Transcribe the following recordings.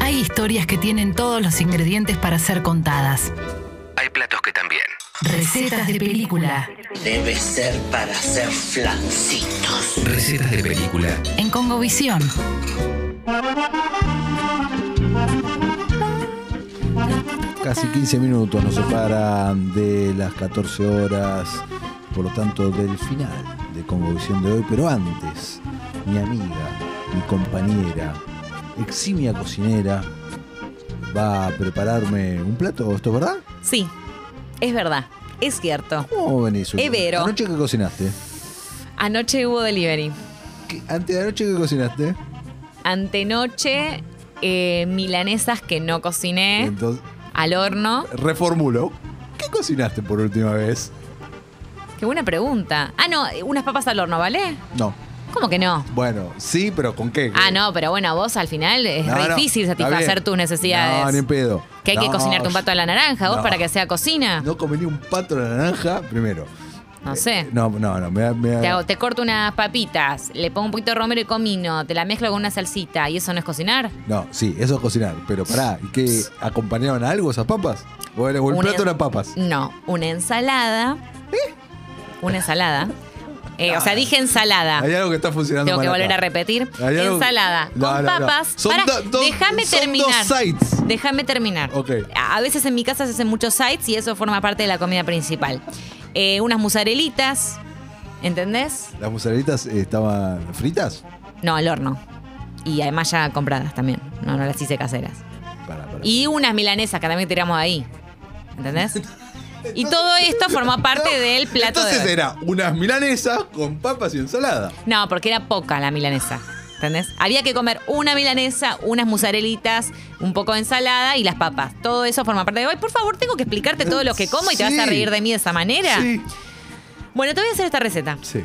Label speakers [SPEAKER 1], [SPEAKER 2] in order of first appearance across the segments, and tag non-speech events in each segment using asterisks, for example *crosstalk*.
[SPEAKER 1] Hay historias que tienen todos los ingredientes para ser contadas.
[SPEAKER 2] Hay platos que también.
[SPEAKER 1] Recetas de película.
[SPEAKER 3] Debe ser para hacer flancitos.
[SPEAKER 2] Recetas de película.
[SPEAKER 1] En Congovisión.
[SPEAKER 4] Casi 15 minutos nos separan de las 14 horas, por lo tanto del final de Congovisión de hoy, pero antes, mi amiga, mi compañera, eximia cocinera, va a prepararme un plato, ¿esto es verdad?
[SPEAKER 5] Sí, es verdad, es cierto.
[SPEAKER 4] ¿Cómo venís? hoy?
[SPEAKER 5] Evero.
[SPEAKER 4] ¿Anoche que cocinaste?
[SPEAKER 5] Anoche hubo delivery.
[SPEAKER 4] ¿Qué- ¿Antes de anoche que cocinaste?
[SPEAKER 5] ¿Eh? Antenoche, eh, milanesas que no cociné
[SPEAKER 4] Entonces,
[SPEAKER 5] al horno.
[SPEAKER 4] reformulo. ¿Qué cocinaste por última vez?
[SPEAKER 5] Qué buena pregunta. Ah, no, eh, unas papas al horno, ¿vale?
[SPEAKER 4] No.
[SPEAKER 5] ¿Cómo que no?
[SPEAKER 4] Bueno, sí, pero ¿con qué?
[SPEAKER 5] Ah, no, pero bueno, vos al final es
[SPEAKER 4] No,
[SPEAKER 5] re
[SPEAKER 4] no,
[SPEAKER 5] difícil
[SPEAKER 4] está
[SPEAKER 5] satisfacer
[SPEAKER 4] bien.
[SPEAKER 5] tus necesidades.
[SPEAKER 4] No, ni en pedo.
[SPEAKER 5] que hay que
[SPEAKER 4] No,
[SPEAKER 5] cocinarte un pato a la naranja, vos
[SPEAKER 4] no.
[SPEAKER 5] para que sea cocina. No,
[SPEAKER 4] No comí ni un pato a la naranja, primero. Eh,
[SPEAKER 5] sé.
[SPEAKER 4] No, no, no. Me, da- me da-
[SPEAKER 5] Te, hago- te corto unas papitas, le pongo un poquito de romero y comino, te la mezclo con una salsita y eso no es cocinar.
[SPEAKER 4] No, sí, eso es cocinar. Pero pará, ¿y qué? ¿Acompañaban a algo esas papas? ¿O el, o el
[SPEAKER 5] Una-
[SPEAKER 4] plato eran papas?
[SPEAKER 5] No, una ensalada. Una ensalada. Eh, o sea, dije ensalada.
[SPEAKER 4] Hay algo que está funcionando
[SPEAKER 5] Tengo que
[SPEAKER 4] mal
[SPEAKER 5] volver
[SPEAKER 4] acá.
[SPEAKER 5] a repetir.
[SPEAKER 4] Hay algo-
[SPEAKER 5] Ensalada
[SPEAKER 4] No,
[SPEAKER 5] con
[SPEAKER 4] no, no.
[SPEAKER 5] papas.
[SPEAKER 4] Son
[SPEAKER 5] Pará,
[SPEAKER 4] do- do-
[SPEAKER 5] déjame
[SPEAKER 4] son
[SPEAKER 5] terminar.
[SPEAKER 4] dos sides.
[SPEAKER 5] Déjame terminar.
[SPEAKER 4] Ok.
[SPEAKER 5] A a veces en mi casa se hacen muchos sites y eso forma parte de la comida principal. Eh, unas musarelitas, ¿entendés?
[SPEAKER 4] ¿Las musarelitas eh, estaban fritas?
[SPEAKER 5] No, al horno. Y además ya compradas también. No, no las hice caseras.
[SPEAKER 4] Pará, pará.
[SPEAKER 5] Y unas milanesas que también tiramos ahí. ¿Entendés? y todo esto formó parte
[SPEAKER 4] *laughs* No,
[SPEAKER 5] del plato de
[SPEAKER 4] Entonces
[SPEAKER 5] hoy.
[SPEAKER 4] era unas milanesas con papas y ensalada.
[SPEAKER 5] No, porque era poca la milanesa. ¿Entendés? Había que comer una milanesa, unas musarelitas, un poco de ensalada y las papas. Todo eso forma parte de hoy. Por favor, tengo que explicarte todo lo que como y te vas a
[SPEAKER 4] Sí.
[SPEAKER 5] reír de mí de esa manera.
[SPEAKER 4] Sí.
[SPEAKER 5] Bueno, te voy a hacer esta receta.
[SPEAKER 4] Sí.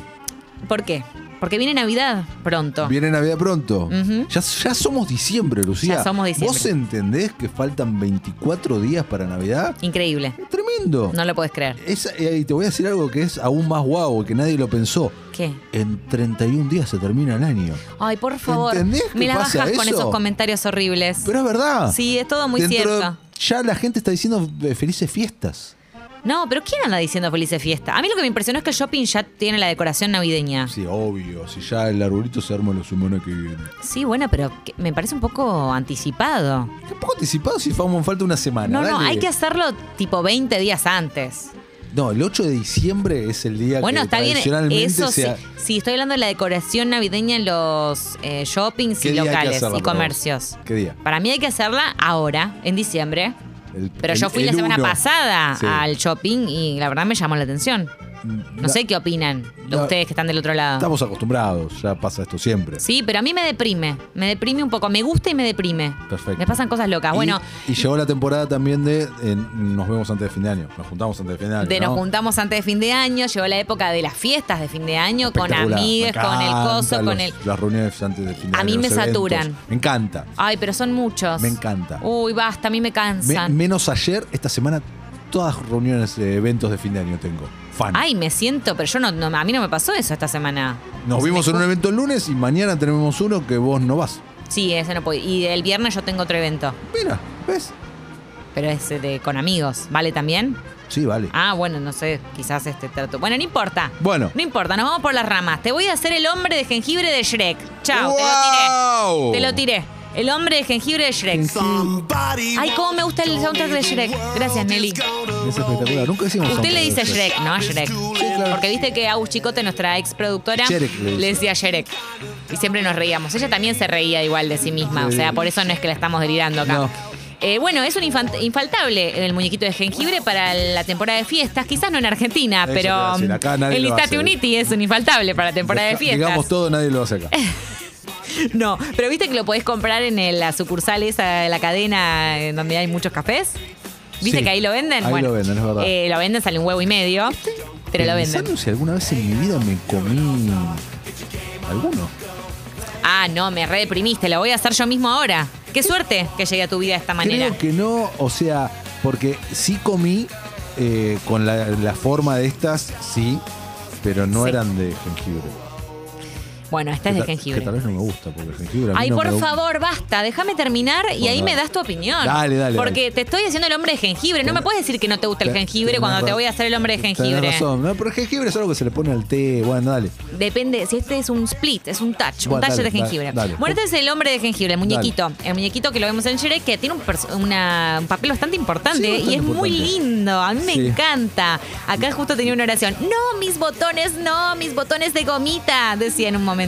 [SPEAKER 5] ¿Por qué? Porque viene Navidad pronto.
[SPEAKER 4] Viene Navidad pronto.
[SPEAKER 5] Ujú.
[SPEAKER 4] ya, ya somos diciembre, Lucía.
[SPEAKER 5] Ya somos diciembre.
[SPEAKER 4] ¿Vos entendés que faltan 24 días para Navidad?
[SPEAKER 5] Increíble.
[SPEAKER 4] Tremendo.
[SPEAKER 5] No lo puedes creer.
[SPEAKER 4] Es- eh, y te voy a decir algo que es aún más guau, que nadie lo pensó.
[SPEAKER 5] ¿Qué?
[SPEAKER 4] En 31 días se termina el año.
[SPEAKER 5] Ay, por favor.
[SPEAKER 4] ¿Entendés qué
[SPEAKER 5] me la
[SPEAKER 4] pasa
[SPEAKER 5] bajas con
[SPEAKER 4] eso?
[SPEAKER 5] esos comentarios horribles.
[SPEAKER 4] Pero es verdad.
[SPEAKER 5] Sí, es todo muy
[SPEAKER 4] Dentro de-
[SPEAKER 5] cierto.
[SPEAKER 4] ya la gente está diciendo eh, felices fiestas.
[SPEAKER 5] No, pero ¿quién anda diciendo felices fiesta? A mí lo que me impresionó es que el shopping ya tiene la decoración navideña.
[SPEAKER 4] Sí, obvio. Si ya el arbolito se arma la semana que viene.
[SPEAKER 5] Sí, bueno, pero que- me parece un poco anticipado.
[SPEAKER 4] Qué poco anticipado si famo- falta una semana.
[SPEAKER 5] No, no,
[SPEAKER 4] dale.
[SPEAKER 5] hay que hacerlo tipo 20 días antes.
[SPEAKER 4] No, el 8 de diciembre es el día
[SPEAKER 5] Bueno,
[SPEAKER 4] que
[SPEAKER 5] está bien,
[SPEAKER 4] tradicionalmente
[SPEAKER 5] eso
[SPEAKER 4] se ha-
[SPEAKER 5] sí. Sí, estoy hablando de la decoración navideña en los eh, shoppings
[SPEAKER 4] ¿Qué
[SPEAKER 5] y
[SPEAKER 4] día hay que
[SPEAKER 5] locales
[SPEAKER 4] hacerla,
[SPEAKER 5] y
[SPEAKER 4] por favor?
[SPEAKER 5] comercios.
[SPEAKER 4] ¿Qué día?
[SPEAKER 5] Para mí hay que hacerla ahora, en diciembre.
[SPEAKER 4] El-
[SPEAKER 5] Pero
[SPEAKER 4] el-
[SPEAKER 5] yo fui la
[SPEAKER 4] el
[SPEAKER 5] semana
[SPEAKER 4] uno.
[SPEAKER 5] pasada
[SPEAKER 4] Sí.
[SPEAKER 5] al shopping y la verdad me llamó la atención. No,
[SPEAKER 4] La-
[SPEAKER 5] sé qué opinan de
[SPEAKER 4] la-
[SPEAKER 5] ustedes que están del otro lado.
[SPEAKER 4] Estamos acostumbrados, ya pasa esto siempre.
[SPEAKER 5] Sí, pero a mí me deprime. Me deprime un poco. Me gusta y me deprime.
[SPEAKER 4] Perfecto.
[SPEAKER 5] Me pasan cosas locas.
[SPEAKER 4] Y-
[SPEAKER 5] ah, Bueno,
[SPEAKER 4] Y, llegó la temporada también de eh, nos vemos antes de fin de año, nos juntamos antes de fin de año.
[SPEAKER 5] de
[SPEAKER 4] ¿no?
[SPEAKER 5] nos juntamos antes de fin de año, llegó la época de las fiestas de fin de año, con
[SPEAKER 4] Espectacular,
[SPEAKER 5] amigos,
[SPEAKER 4] me
[SPEAKER 5] con el coso,
[SPEAKER 4] encantan
[SPEAKER 5] con
[SPEAKER 4] los-
[SPEAKER 5] el.
[SPEAKER 4] Las reuniones antes de fin de
[SPEAKER 5] A
[SPEAKER 4] año.
[SPEAKER 5] mí
[SPEAKER 4] los
[SPEAKER 5] me
[SPEAKER 4] eventos.
[SPEAKER 5] saturan.
[SPEAKER 4] Me encanta.
[SPEAKER 5] Ay, pero son muchos.
[SPEAKER 4] Me encanta.
[SPEAKER 5] Uy, basta, a mí me
[SPEAKER 4] Me-
[SPEAKER 5] cansan.
[SPEAKER 4] menos ayer, esta semana, todas reuniones, eh, eventos de fin de año tengo. Fan.
[SPEAKER 5] Ay, me siento, pero yo no, no- a mí no me pasó eso esta semana.
[SPEAKER 4] Nos
[SPEAKER 5] Se
[SPEAKER 4] vimos
[SPEAKER 5] me
[SPEAKER 4] en un
[SPEAKER 5] ju-
[SPEAKER 4] evento el lunes y mañana tenemos uno que vos no vas.
[SPEAKER 5] Sí, ese no puedo. Y el viernes yo tengo otro evento,
[SPEAKER 4] Mira, ¿ves?
[SPEAKER 5] pero es eh, de con amigos, ¿vale también?
[SPEAKER 4] Sí, vale.
[SPEAKER 5] Ah, bueno, no sé, quizás este trato. Bueno, no importa.
[SPEAKER 4] Bueno.
[SPEAKER 5] No importa, nos vamos por las ramas. Te voy a hacer el hombre de jengibre de Shrek. Chao,
[SPEAKER 4] ¡Guau!
[SPEAKER 5] te lo tiré. Te lo tiré. El hombre de jengibre de Shrek. Ay, cómo me gusta el soundtrack de Shrek. Gracias, Nelly.
[SPEAKER 4] Es espectacular. Nunca decimos
[SPEAKER 5] Usted
[SPEAKER 4] hombre
[SPEAKER 5] le
[SPEAKER 4] de
[SPEAKER 5] dice
[SPEAKER 4] Shrek.
[SPEAKER 5] Shrek, no a Shrek.
[SPEAKER 4] claro.
[SPEAKER 5] Porque viste que Agus Chicote, nuestra ex productora,
[SPEAKER 4] Shrek le dice.
[SPEAKER 5] le decía Shrek. Y siempre nos reíamos. Ella también se reía igual de sí misma. O sea, por eso no es que la estamos delirando acá.
[SPEAKER 4] No.
[SPEAKER 5] Eh, bueno, es un infan- infaltable el muñequito de jengibre para la temporada de fiestas. Quizás no en Argentina,
[SPEAKER 4] Eso te iba a
[SPEAKER 5] pero
[SPEAKER 4] decir, acá nadie
[SPEAKER 5] el
[SPEAKER 4] lo
[SPEAKER 5] Istate
[SPEAKER 4] hace.
[SPEAKER 5] Uniti es un infaltable para la temporada de
[SPEAKER 4] Deja-
[SPEAKER 5] fiestas.
[SPEAKER 4] Digamos todo, nadie lo hace acá.
[SPEAKER 5] No, pero viste que lo podés comprar en el- la sucursal esa, la cadena en donde hay muchos cafés. ¿Viste
[SPEAKER 4] Sí,
[SPEAKER 5] que ahí lo venden?
[SPEAKER 4] ahí lo venden, es verdad.
[SPEAKER 5] eh, lo venden, sale un huevo y medio, *laughs* pero lo venden.
[SPEAKER 4] Pensando si alguna vez en mi vida me comí alguno.
[SPEAKER 5] Ah, no, me re deprimiste, lo voy a hacer yo mismo ahora. Qué suerte que llegué a tu vida de esta manera.
[SPEAKER 4] Creo que no, o sea, porque sí comí eh, con la, la forma de estas, sí, pero no
[SPEAKER 5] Sí.
[SPEAKER 4] eran de jengibre.
[SPEAKER 5] Bueno, esta es
[SPEAKER 4] Que
[SPEAKER 5] de
[SPEAKER 4] ta-
[SPEAKER 5] jengibre.
[SPEAKER 4] Que tal vez no me gusta, porque el jengibre. a mí
[SPEAKER 5] Ay,
[SPEAKER 4] no
[SPEAKER 5] por
[SPEAKER 4] me gu-
[SPEAKER 5] favor, basta, déjame terminar y ahí me das tu opinión.
[SPEAKER 4] Dale, dale,
[SPEAKER 5] Porque te estoy haciendo el hombre de jengibre. No me puedes decir que no te gusta el
[SPEAKER 4] Te-
[SPEAKER 5] jengibre
[SPEAKER 4] tenés
[SPEAKER 5] cuando te
[SPEAKER 4] ra-
[SPEAKER 5] voy a hacer el hombre de
[SPEAKER 4] tenés
[SPEAKER 5] jengibre.
[SPEAKER 4] razón. No, pero el jengibre es algo que se le pone al té. Bueno, dale.
[SPEAKER 5] Depende, si este es un split, es un touch, un
[SPEAKER 4] Bueno, dale,
[SPEAKER 5] talle de jengibre.
[SPEAKER 4] dale, dale.
[SPEAKER 5] Bueno, este es el hombre de jengibre, el muñequito. El muñequito que lo vemos en Shrek, que tiene un, perso- una- un papel bastante importante
[SPEAKER 4] Sí,
[SPEAKER 5] y
[SPEAKER 4] bastante
[SPEAKER 5] es muy
[SPEAKER 4] importante.
[SPEAKER 5] lindo. A mí me
[SPEAKER 4] Sí.
[SPEAKER 5] encanta. Acá justo tenía una oración. No, mis botones, no, mis botones de gomita, decía en
[SPEAKER 4] *laughs*
[SPEAKER 5] un momento.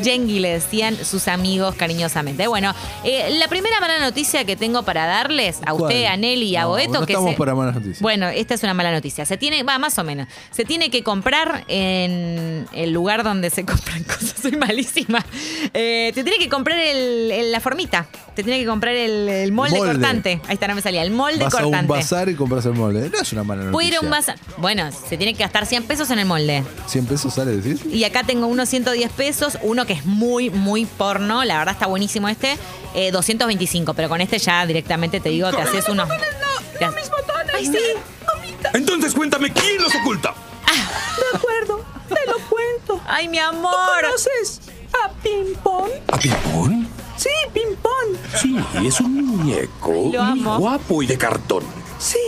[SPEAKER 5] Yengi le decían sus amigos cariñosamente. Bueno, eh, la primera mala noticia que tengo para darles a
[SPEAKER 4] ¿Cuál?
[SPEAKER 5] usted, a Nelly y a
[SPEAKER 4] No,
[SPEAKER 5] Boeto,
[SPEAKER 4] no
[SPEAKER 5] que
[SPEAKER 4] estamos
[SPEAKER 5] se-
[SPEAKER 4] para malas noticias.
[SPEAKER 5] bueno, esta es una mala noticia. Se tiene, va, más o menos. Se tiene que comprar en el lugar donde se compran cosas. Soy malísima. Eh, te tiene que comprar el, el- la formita. Te tiene que comprar el, el molde,
[SPEAKER 4] Molde.
[SPEAKER 5] cortante. Ahí está, no me salía. El molde
[SPEAKER 4] Vas a
[SPEAKER 5] cortante.
[SPEAKER 4] un bazar y compras el molde. No es una mala noticia.
[SPEAKER 5] Puedo ir a un bazar. Bueno, se tiene que gastar 100 pesos en el molde.
[SPEAKER 4] 100 pesos sale, decís.
[SPEAKER 5] Y acá tengo unos 110 pesos, uno que es muy, muy porno, la verdad está buenísimo este, eh, 225, pero con este ya directamente te digo, te haces unos... te ha- Ay, sí,
[SPEAKER 6] Entonces cuéntame quién los oculta.
[SPEAKER 5] De acuerdo, te lo cuento. Ay, mi amor.
[SPEAKER 7] conoces a Ping Pong?
[SPEAKER 6] ¿A Ping-Pong?
[SPEAKER 7] Sí, Ping Pong.
[SPEAKER 6] Sí, es un muñeco
[SPEAKER 5] Lo
[SPEAKER 6] muy
[SPEAKER 5] amo.
[SPEAKER 6] guapo y de cartón.
[SPEAKER 7] Sí.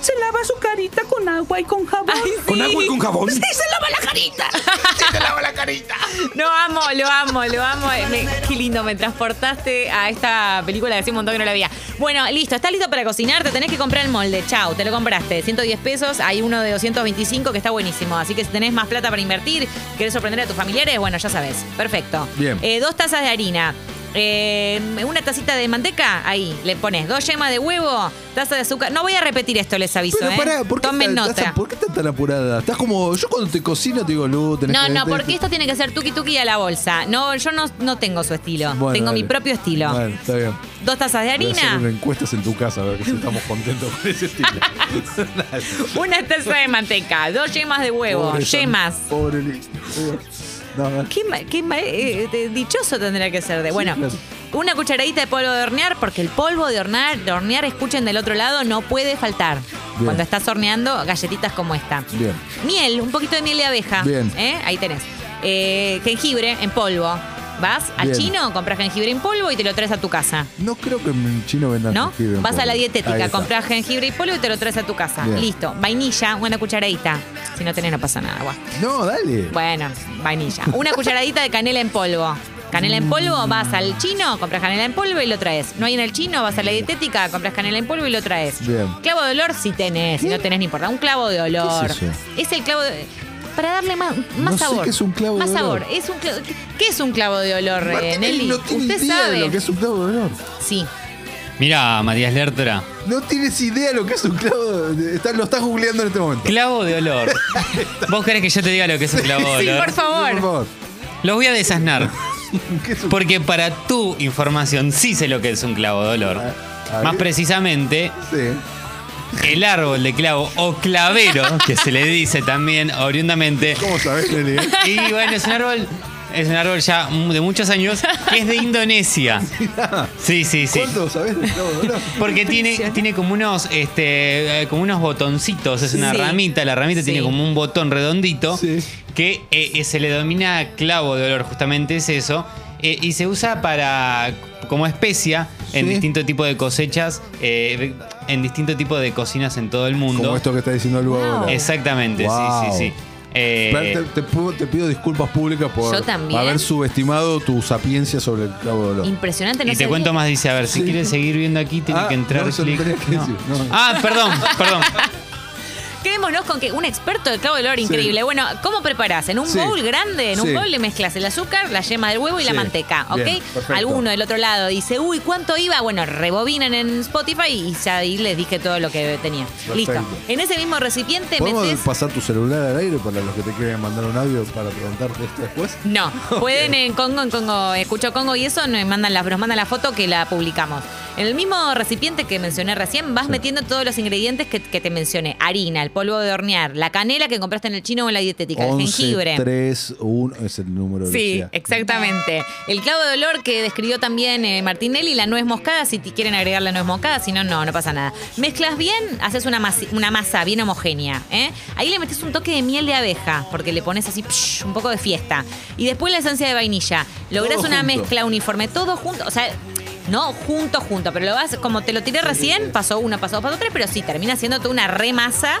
[SPEAKER 7] Se lava su carita con agua y con jabón.
[SPEAKER 6] ¿Con agua y con jabón?
[SPEAKER 5] Lo amo, lo amo, lo amo. Eh, me- qué lindo, me transportaste a esta película que hacía un montón que no la veía. Bueno, listo, estás listo para cocinar, te tenés que comprar el molde. Chau, te lo compraste. 110 pesos, hay uno de 225 que está buenísimo. Así que si tenés más plata para invertir, querés sorprender a tus familiares, bueno, ya sabes. Perfecto.
[SPEAKER 4] Bien.
[SPEAKER 5] Eh, dos tazas de harina. eh, una tacita de manteca, ahí le pones dos yemas de huevo, taza de azúcar. No voy a repetir esto, les aviso.
[SPEAKER 4] Pero
[SPEAKER 5] ¿eh?
[SPEAKER 4] pará, ¿por qué,
[SPEAKER 5] Tomen
[SPEAKER 4] estás-
[SPEAKER 5] nota.
[SPEAKER 4] estás- ¿por qué estás tan apurada? Estás como. Yo cuando te cocino te digo, Lu, tenés
[SPEAKER 5] No,
[SPEAKER 4] que.
[SPEAKER 5] no,
[SPEAKER 4] tenés-
[SPEAKER 5] porque esto tiene que ser tuki tuki a la bolsa. No, yo no, no tengo su estilo.
[SPEAKER 4] Bueno,
[SPEAKER 5] tengo
[SPEAKER 4] dale.
[SPEAKER 5] mi propio estilo.
[SPEAKER 4] Bueno, está bien.
[SPEAKER 5] Dos tazas de
[SPEAKER 4] Voy a hacer
[SPEAKER 5] harina,
[SPEAKER 4] unas encuestas en tu casa a ver si estamos contentos con ese
[SPEAKER 5] *laughs*
[SPEAKER 4] estilo. Dale.
[SPEAKER 5] una taza de manteca, dos yemas de huevo,
[SPEAKER 4] Pobre San-
[SPEAKER 5] yemas.
[SPEAKER 4] Pobre Lee. No, no.
[SPEAKER 5] Qué, ma- qué ma- eh, eh, dichoso tendrá que ser de. Bueno,
[SPEAKER 4] claro.
[SPEAKER 5] una cucharadita de polvo de hornear, porque el polvo de hornear, de hornear, escuchen del otro lado, no puede faltar.
[SPEAKER 4] Bien.
[SPEAKER 5] Cuando estás horneando galletitas como esta.
[SPEAKER 4] Bien.
[SPEAKER 5] Miel, un poquito de miel de abeja.
[SPEAKER 4] Bien.
[SPEAKER 5] ¿eh? Ahí tenés. Eh, jengibre en polvo. Vas al
[SPEAKER 4] Bien.
[SPEAKER 5] chino, compras jengibre en polvo y te lo traes a tu casa.
[SPEAKER 4] No creo que en chino vendan
[SPEAKER 5] ¿No?
[SPEAKER 4] Ah, jengibre en
[SPEAKER 5] Vas a la
[SPEAKER 4] polvo. Ahí
[SPEAKER 5] dietética,
[SPEAKER 4] está.
[SPEAKER 5] compras jengibre y polvo y te lo traes a tu casa.
[SPEAKER 4] Bien.
[SPEAKER 5] Listo. Vainilla, una cucharadita. Si no tenés, no pasa nada. Guau.
[SPEAKER 4] No, dale.
[SPEAKER 5] Bueno, vainilla. Una cucharadita de canela en polvo. Canela en polvo, vas al chino, compras canela en polvo y lo traes. No hay en el chino, vas a la dietética, compras canela en polvo y lo traes.
[SPEAKER 4] Bien.
[SPEAKER 5] Clavo de olor si tenés, si no tenés ni importa. Un clavo de olor.
[SPEAKER 4] eso?
[SPEAKER 5] Es el clavo de- Para darle más, más
[SPEAKER 4] No sé
[SPEAKER 5] sabor.
[SPEAKER 4] qué es un clavo
[SPEAKER 5] más
[SPEAKER 4] de olor.
[SPEAKER 5] sabor. Es un clavo- ¿Qué- ¿Qué es un clavo de olor, eh,
[SPEAKER 4] Martín,
[SPEAKER 5] Nelly?
[SPEAKER 4] no tiene
[SPEAKER 5] Usted
[SPEAKER 4] idea
[SPEAKER 5] sabe.
[SPEAKER 4] de lo que es un clavo de olor.
[SPEAKER 5] Sí.
[SPEAKER 8] Mira, Matías Lertora.
[SPEAKER 4] No tienes idea de lo que es un clavo de está- Lo estás googleando en este momento.
[SPEAKER 8] Clavo de
[SPEAKER 5] *laughs*
[SPEAKER 8] olor. ¿Vos querés que yo te diga lo que es un clavo de
[SPEAKER 5] Sí,
[SPEAKER 8] olor?
[SPEAKER 5] por favor.
[SPEAKER 4] Por favor.
[SPEAKER 8] Los voy
[SPEAKER 5] *laughs*
[SPEAKER 8] a desasnar.
[SPEAKER 4] ¿Qué es un-
[SPEAKER 8] Porque para tu información sí sé lo que es un clavo de olor.
[SPEAKER 5] Ah,
[SPEAKER 4] A- a
[SPEAKER 8] Más
[SPEAKER 4] ver.
[SPEAKER 8] precisamente,
[SPEAKER 4] Sí.
[SPEAKER 8] el árbol de clavo
[SPEAKER 5] *laughs*
[SPEAKER 8] o clavero, que se le dice también oriundamente.
[SPEAKER 4] ¿Cómo sabés, Nelly?
[SPEAKER 5] *laughs*
[SPEAKER 8] Y bueno, es un árbol. Es un árbol ya mu- de muchos años que es de Indonesia. Sí, sí, sí.
[SPEAKER 4] ¿Cuánto sabés del clavo de olor?
[SPEAKER 8] Porque tiene, tiene como unos este, eh, como unos botoncitos, es una
[SPEAKER 5] Sí.
[SPEAKER 8] ramita, la ramita
[SPEAKER 5] Sí.
[SPEAKER 8] tiene como un botón redondito
[SPEAKER 4] Sí.
[SPEAKER 8] que eh, eh, se le denomina clavo de olor, justamente es eso, eh, y se usa para como especia en
[SPEAKER 4] Sí.
[SPEAKER 8] distinto tipo de cosechas, eh, en distinto tipo de cocinas en todo el mundo.
[SPEAKER 4] Como esto que está diciendo Lu ahora.
[SPEAKER 8] Exactamente, sí,
[SPEAKER 4] Wow.
[SPEAKER 8] sí, sí. Eh,
[SPEAKER 4] Te, te pu- te pido disculpas públicas por
[SPEAKER 5] Yo también.
[SPEAKER 4] haber subestimado tu sapiencia sobre el clavo de olor.
[SPEAKER 5] Impresionante. No
[SPEAKER 8] y te
[SPEAKER 5] sabía.
[SPEAKER 8] cuento más, dice, a ver, si
[SPEAKER 4] Sí.
[SPEAKER 8] quieres seguir viendo aquí, tiene
[SPEAKER 4] Ah,
[SPEAKER 8] que entrar
[SPEAKER 4] no, eso no
[SPEAKER 8] clic.
[SPEAKER 4] tenía que
[SPEAKER 8] No.
[SPEAKER 4] decir, no.
[SPEAKER 8] Ah, perdón, perdón.
[SPEAKER 5] Quedémonos con que un experto del clavo de olor increíble. Bueno, ¿cómo preparás? En un
[SPEAKER 4] Sí.
[SPEAKER 5] bowl grande, en un
[SPEAKER 4] Sí.
[SPEAKER 5] bowl le mezclas el azúcar, la yema del huevo y la
[SPEAKER 4] Sí.
[SPEAKER 5] manteca, ¿ok?
[SPEAKER 4] Bien, perfecto.
[SPEAKER 5] Alguno del otro lado dice, uy, ¿cuánto iba? Bueno, rebobinan en Spotify y ya ahí les dije todo lo que tenía. Listo. En ese mismo recipiente
[SPEAKER 4] ¿Podemos
[SPEAKER 5] metes.
[SPEAKER 4] pasar tu celular al aire para los que te quieren mandar un audio para preguntarte esto después? *laughs*
[SPEAKER 5] No, pueden en Congo, en Congo, escucho Congo y eso, nos mandan las, nos mandan la foto que la publicamos. En el mismo recipiente que mencioné recién, vas metiendo todos los ingredientes que, que te mencioné: harina, el polvo de hornear, la canela que compraste en el chino o en la dietética, el
[SPEAKER 4] 11,
[SPEAKER 5] jengibre.
[SPEAKER 4] 3, 1 es el número de
[SPEAKER 5] Sí,
[SPEAKER 4] Lucía.
[SPEAKER 5] exactamente. El clavo de olor que describió también eh, Martinelli, la nuez moscada, si te quieren agregar la nuez moscada, si no, no, no pasa nada. Mezclas bien, haces una, masi- una masa bien homogénea. ¿eh? Ahí le metes un toque de miel de abeja, porque le pones así psh, un poco de fiesta. Y después la esencia de vainilla. Lográs
[SPEAKER 4] Todo
[SPEAKER 5] una
[SPEAKER 4] junto.
[SPEAKER 5] mezcla uniforme, todo junto. O sea. No, junto, junto, pero lo vas, como te lo tiré recién, pasó uno, pasó dos, pasó tres, pero sí, termina siendo toda una remasa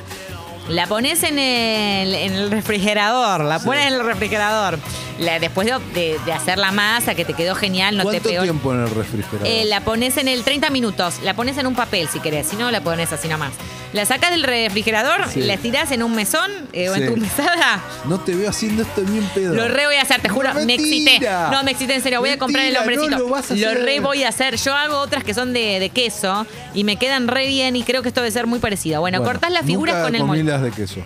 [SPEAKER 5] la pones en el, en el refrigerador, la pones en el refrigerador. La- después de, de- de hacer la masa, que te quedó genial, no te
[SPEAKER 4] ¿Cuánto
[SPEAKER 5] pegó.
[SPEAKER 4] tiempo en el refrigerador?
[SPEAKER 5] Eh, la pones en el 30 minutos, la pones en un papel si querés, si no la pones así nomás. La sacas del refrigerador,
[SPEAKER 4] Sí.
[SPEAKER 5] la estirás en un mesón eh, o
[SPEAKER 4] Sí.
[SPEAKER 5] en tu mesada.
[SPEAKER 4] No te veo haciendo esto ni en pedo.
[SPEAKER 5] Lo re voy a hacer, te juro, me
[SPEAKER 4] Mentira.
[SPEAKER 5] excité. No, me excité en serio, voy a comprar el
[SPEAKER 4] Mentira, no
[SPEAKER 5] hombrecito.
[SPEAKER 4] lo vas a hacer.
[SPEAKER 5] re voy a hacer. Yo hago otras que son de, de queso y me quedan re bien y creo que esto debe ser muy parecido. Bueno, cortás las figuras
[SPEAKER 4] nunca
[SPEAKER 5] con el
[SPEAKER 4] comí
[SPEAKER 5] molde.
[SPEAKER 4] las de queso.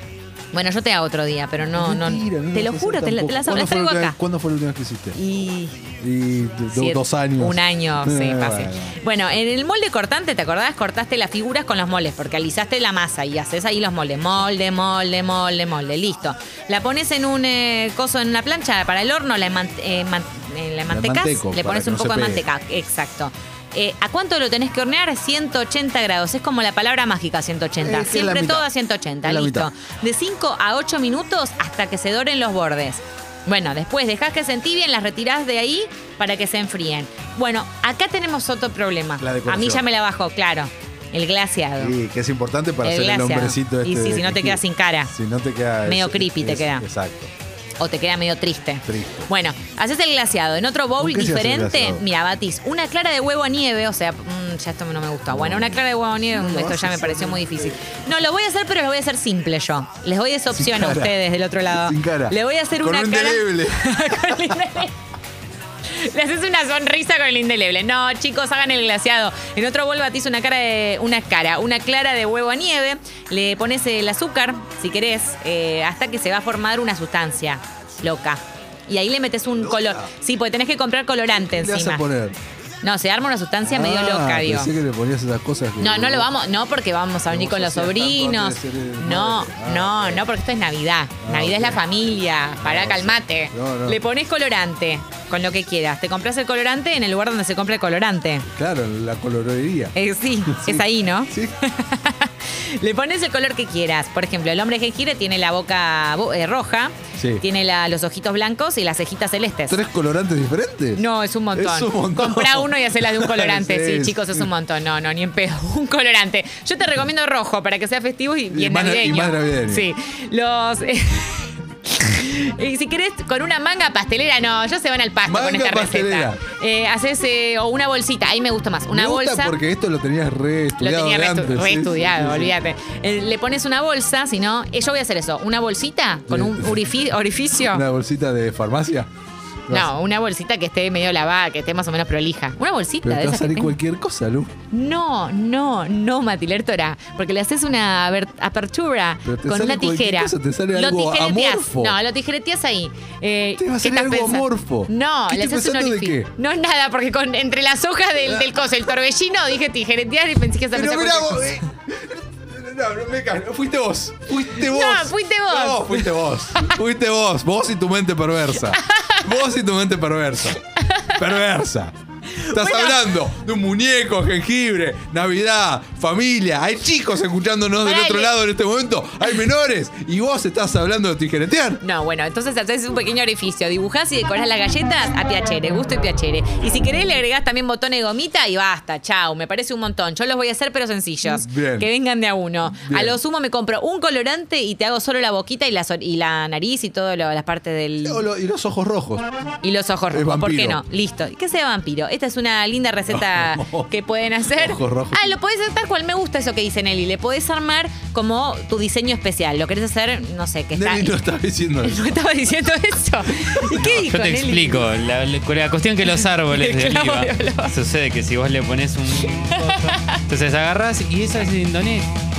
[SPEAKER 5] Bueno, yo te hago otro día, pero no, no.
[SPEAKER 4] Mentira, no
[SPEAKER 5] te
[SPEAKER 4] las
[SPEAKER 5] lo
[SPEAKER 4] haces
[SPEAKER 5] juro, te, la- te
[SPEAKER 4] tampoco.
[SPEAKER 5] las,
[SPEAKER 4] ¿Cuándo
[SPEAKER 5] las
[SPEAKER 4] fue la
[SPEAKER 5] traigo
[SPEAKER 4] última-
[SPEAKER 5] acá.
[SPEAKER 4] ¿Cuándo fue la última vez que hiciste?
[SPEAKER 5] Y.
[SPEAKER 4] Y do-
[SPEAKER 5] siete-
[SPEAKER 4] dos años.
[SPEAKER 5] Un año, sí,
[SPEAKER 4] Eh,
[SPEAKER 5] fácil.
[SPEAKER 4] bueno.
[SPEAKER 5] Bueno, en el molde cortante, ¿te acordás? Cortaste las figuras con los moldes, porque alisaste la masa y haces ahí los moldes. Molde, molde, molde, molde, listo. La pones en un eh, coso, en una plancha para el horno, la, eman- eh, man- eh, la mantecas,
[SPEAKER 4] manteco,
[SPEAKER 5] le
[SPEAKER 4] para
[SPEAKER 5] pones
[SPEAKER 4] que
[SPEAKER 5] un
[SPEAKER 4] no se
[SPEAKER 5] poco de
[SPEAKER 4] pegue.
[SPEAKER 5] manteca, exacto. Eh, ¿A cuánto lo tenés que hornear? 180 grados. Es como la palabra mágica, 180.
[SPEAKER 4] Es que es la
[SPEAKER 5] Siempre
[SPEAKER 4] mitad.
[SPEAKER 5] todo a 180,
[SPEAKER 4] Es la
[SPEAKER 5] listo.
[SPEAKER 4] mitad.
[SPEAKER 5] De 5 a 8 minutos hasta que se doren los bordes. Bueno, después dejás que se entibien, las retirás de ahí para que se enfríen. Bueno, acá tenemos otro problema.
[SPEAKER 4] La
[SPEAKER 5] a
[SPEAKER 4] decoración.
[SPEAKER 5] mí ya me la bajó, claro. El glaseado.
[SPEAKER 4] Sí, que es importante para
[SPEAKER 5] El
[SPEAKER 4] hacer el
[SPEAKER 5] glaseado.
[SPEAKER 4] hombrecito este.
[SPEAKER 5] Eh, Y sí,
[SPEAKER 4] de
[SPEAKER 5] si no te
[SPEAKER 4] jengibre.
[SPEAKER 5] queda sin cara.
[SPEAKER 4] Si no te queda.
[SPEAKER 5] Medio creepy te queda.
[SPEAKER 4] Exacto.
[SPEAKER 5] O te queda medio triste.
[SPEAKER 4] Triste.
[SPEAKER 5] Bueno, haces el glaseado. En otro bowl
[SPEAKER 4] ¿Con qué se hace el
[SPEAKER 5] diferente,
[SPEAKER 4] glaseado?
[SPEAKER 5] mira, batís una clara de huevo a nieve, o sea, mm, ya esto no me gustó. Bueno, una clara de huevo a nieve, mm, esto ya me pareció muy difícil. No, lo voy a hacer, pero lo voy a hacer simple yo. Les doy esa
[SPEAKER 4] Sin
[SPEAKER 5] opción a
[SPEAKER 4] cara.
[SPEAKER 5] ustedes del otro lado.
[SPEAKER 4] Sin cara.
[SPEAKER 5] Le voy a hacer
[SPEAKER 4] Con
[SPEAKER 5] una
[SPEAKER 4] un
[SPEAKER 5] cara. *laughs*
[SPEAKER 4] indeleble.
[SPEAKER 5] Con un indeleble. Le haces una sonrisa con el indeleble. No, chicos, hagan el glaseado. En otro bol batís una cara de. una cara, una clara de huevo a nieve. Le pones el azúcar, si querés, eh, hasta que se va a formar una sustancia loca. Y ahí le metes un color. Sí, porque tenés que comprar colorante
[SPEAKER 4] ¿Qué le vas
[SPEAKER 5] encima.
[SPEAKER 4] a poner?
[SPEAKER 5] No, se arma una sustancia medio
[SPEAKER 4] Ah,
[SPEAKER 5] loca, digo.
[SPEAKER 4] Pensé que le ponías esas cosas. que-
[SPEAKER 5] No, no lo vamos, no porque vamos a venir
[SPEAKER 4] Vos
[SPEAKER 5] con los
[SPEAKER 4] hacías tanto
[SPEAKER 5] sobrinos.
[SPEAKER 4] antes de ser, eh,
[SPEAKER 5] No,
[SPEAKER 4] madre. Ah,
[SPEAKER 5] no, no, porque esto es Navidad.
[SPEAKER 4] Ah,
[SPEAKER 5] Navidad es la
[SPEAKER 4] ok.
[SPEAKER 5] familia. Pará,
[SPEAKER 4] No,
[SPEAKER 5] calmate.
[SPEAKER 4] no, no.
[SPEAKER 5] Le pones colorante, con lo que quieras. Te compras el colorante en el lugar donde se compra el colorante.
[SPEAKER 4] Claro, la colorería.
[SPEAKER 5] Eh, sí,
[SPEAKER 4] *laughs* Sí.
[SPEAKER 5] es ahí, ¿no? *laughs*
[SPEAKER 4] Sí.
[SPEAKER 5] Le pones el color que quieras. Por ejemplo, el hombre jengibre tiene la boca bo- eh, roja,
[SPEAKER 4] Sí.
[SPEAKER 5] tiene la- los ojitos blancos y las cejitas celestes.
[SPEAKER 4] ¿Tres colorantes diferentes?
[SPEAKER 5] No, es un montón.
[SPEAKER 4] Es un montón.
[SPEAKER 5] Comprá uno y hacela de un colorante. sí,
[SPEAKER 4] *laughs* Sí,
[SPEAKER 5] chicos, es
[SPEAKER 4] sí.
[SPEAKER 5] un montón. No, no, ni en pedo. *laughs* Un colorante. Yo te recomiendo rojo para que sea festivo y bien
[SPEAKER 4] más na- y
[SPEAKER 5] navideño.
[SPEAKER 4] más navideño.
[SPEAKER 5] Sí. Los. eh, *laughs* Y si querés, con una manga pastelera, no, ya se van al pasto con
[SPEAKER 4] Manga
[SPEAKER 5] esta
[SPEAKER 4] pastelera.
[SPEAKER 5] receta. Eh, haces eh, o una bolsita, ahí me gusta más. Una
[SPEAKER 4] Me gusta
[SPEAKER 5] bolsa.
[SPEAKER 4] porque esto lo tenías re
[SPEAKER 5] Lo
[SPEAKER 4] estudiado
[SPEAKER 5] tenía
[SPEAKER 4] de
[SPEAKER 5] reestu-
[SPEAKER 4] antes, sí,
[SPEAKER 5] reestudiado,
[SPEAKER 4] sí, sí, sí.
[SPEAKER 5] olvídate. Eh, Le pones una bolsa, si no, eh, yo voy a hacer eso, una bolsita con
[SPEAKER 4] Sí.
[SPEAKER 5] un orifi- orificio.
[SPEAKER 4] ¿Una bolsita de
[SPEAKER 5] *laughs*
[SPEAKER 4] farmacia?
[SPEAKER 5] No, una bolsita que esté medio lavada, que esté más o menos prolija. Una bolsita
[SPEAKER 4] Pero
[SPEAKER 5] de
[SPEAKER 4] te va a
[SPEAKER 5] esas. que
[SPEAKER 4] salir
[SPEAKER 5] tenga-
[SPEAKER 4] cualquier cosa, Lu.
[SPEAKER 5] No, no, no, Matilertora. Porque le haces una aper- apertura
[SPEAKER 4] Pero te
[SPEAKER 5] con
[SPEAKER 4] sale
[SPEAKER 5] una
[SPEAKER 4] cualquier
[SPEAKER 5] tijera.
[SPEAKER 4] cosa, te sale algo
[SPEAKER 5] tijereteás.
[SPEAKER 4] amorfo.
[SPEAKER 5] No, lo tijereteas ahí. Eh,
[SPEAKER 4] Te va a
[SPEAKER 5] ¿qué
[SPEAKER 4] salir
[SPEAKER 5] estás
[SPEAKER 4] algo
[SPEAKER 5] pensando?
[SPEAKER 4] amorfo.
[SPEAKER 5] No,
[SPEAKER 4] ¿Qué
[SPEAKER 5] le
[SPEAKER 4] estoy
[SPEAKER 5] haces un
[SPEAKER 4] pensando de
[SPEAKER 5] orificio.
[SPEAKER 4] qué?
[SPEAKER 5] No, nada, porque con, entre las hojas del, del coso, el torbellino, dije tijeretear y pensé que se
[SPEAKER 4] Pero mirá vos. eh, No, no me cambio. Fuiste vos.
[SPEAKER 5] *laughs*
[SPEAKER 4] Fuiste vos.
[SPEAKER 5] fuiste vos.
[SPEAKER 4] No, fuiste vos. Fuiste vos. Vos y tu mente
[SPEAKER 5] *laughs*
[SPEAKER 4] perversa. Vos y tu mente perversa. Perversa. Estás
[SPEAKER 5] Bueno.
[SPEAKER 4] hablando de un muñeco, jengibre, Navidad, familia. Hay chicos escuchándonos del
[SPEAKER 5] Pará,
[SPEAKER 4] otro
[SPEAKER 5] le-
[SPEAKER 4] lado en este momento. Hay menores. Y vos estás hablando de tijeretear.
[SPEAKER 5] No, bueno, entonces haces un pequeño orificio. Dibujás y decorás las galletas a piacere, gusto y piacere. Y si querés, le agregás también botones de gomita y basta, chau. Me parece un montón. Yo los voy a hacer, pero sencillos.
[SPEAKER 4] Bien.
[SPEAKER 5] Que vengan de a uno.
[SPEAKER 4] Bien.
[SPEAKER 5] A lo sumo me compro un colorante y te hago solo la boquita y la, so- y la nariz y todas las partes del.
[SPEAKER 4] O lo- Y los ojos rojos.
[SPEAKER 5] Y los ojos
[SPEAKER 4] Es
[SPEAKER 5] rojos. ¿Por qué
[SPEAKER 4] vampiro.
[SPEAKER 5] no? Listo. ¿Qué sea vampiro? Esta es una linda
[SPEAKER 4] *laughs*
[SPEAKER 5] receta que pueden hacer.
[SPEAKER 4] Ojos rojos.
[SPEAKER 5] Ah, lo podés hacer tal cual. Me gusta eso que dice Nelly. Le podés armar como tu diseño especial. Lo querés hacer, no sé, que está.
[SPEAKER 4] Nelly no estás diciendo eso.
[SPEAKER 5] *laughs* No estaba diciendo eso.
[SPEAKER 8] *laughs*
[SPEAKER 5] ¿Y qué dijo,
[SPEAKER 8] Yo te
[SPEAKER 5] Nelly?
[SPEAKER 8] explico. La, la- con la cuestión que los árboles
[SPEAKER 5] El
[SPEAKER 8] de
[SPEAKER 5] clavo
[SPEAKER 8] oliva.
[SPEAKER 5] de olor.
[SPEAKER 8] Sucede que si vos le pones un. coso, entonces agarrás y esa es de Indonesia.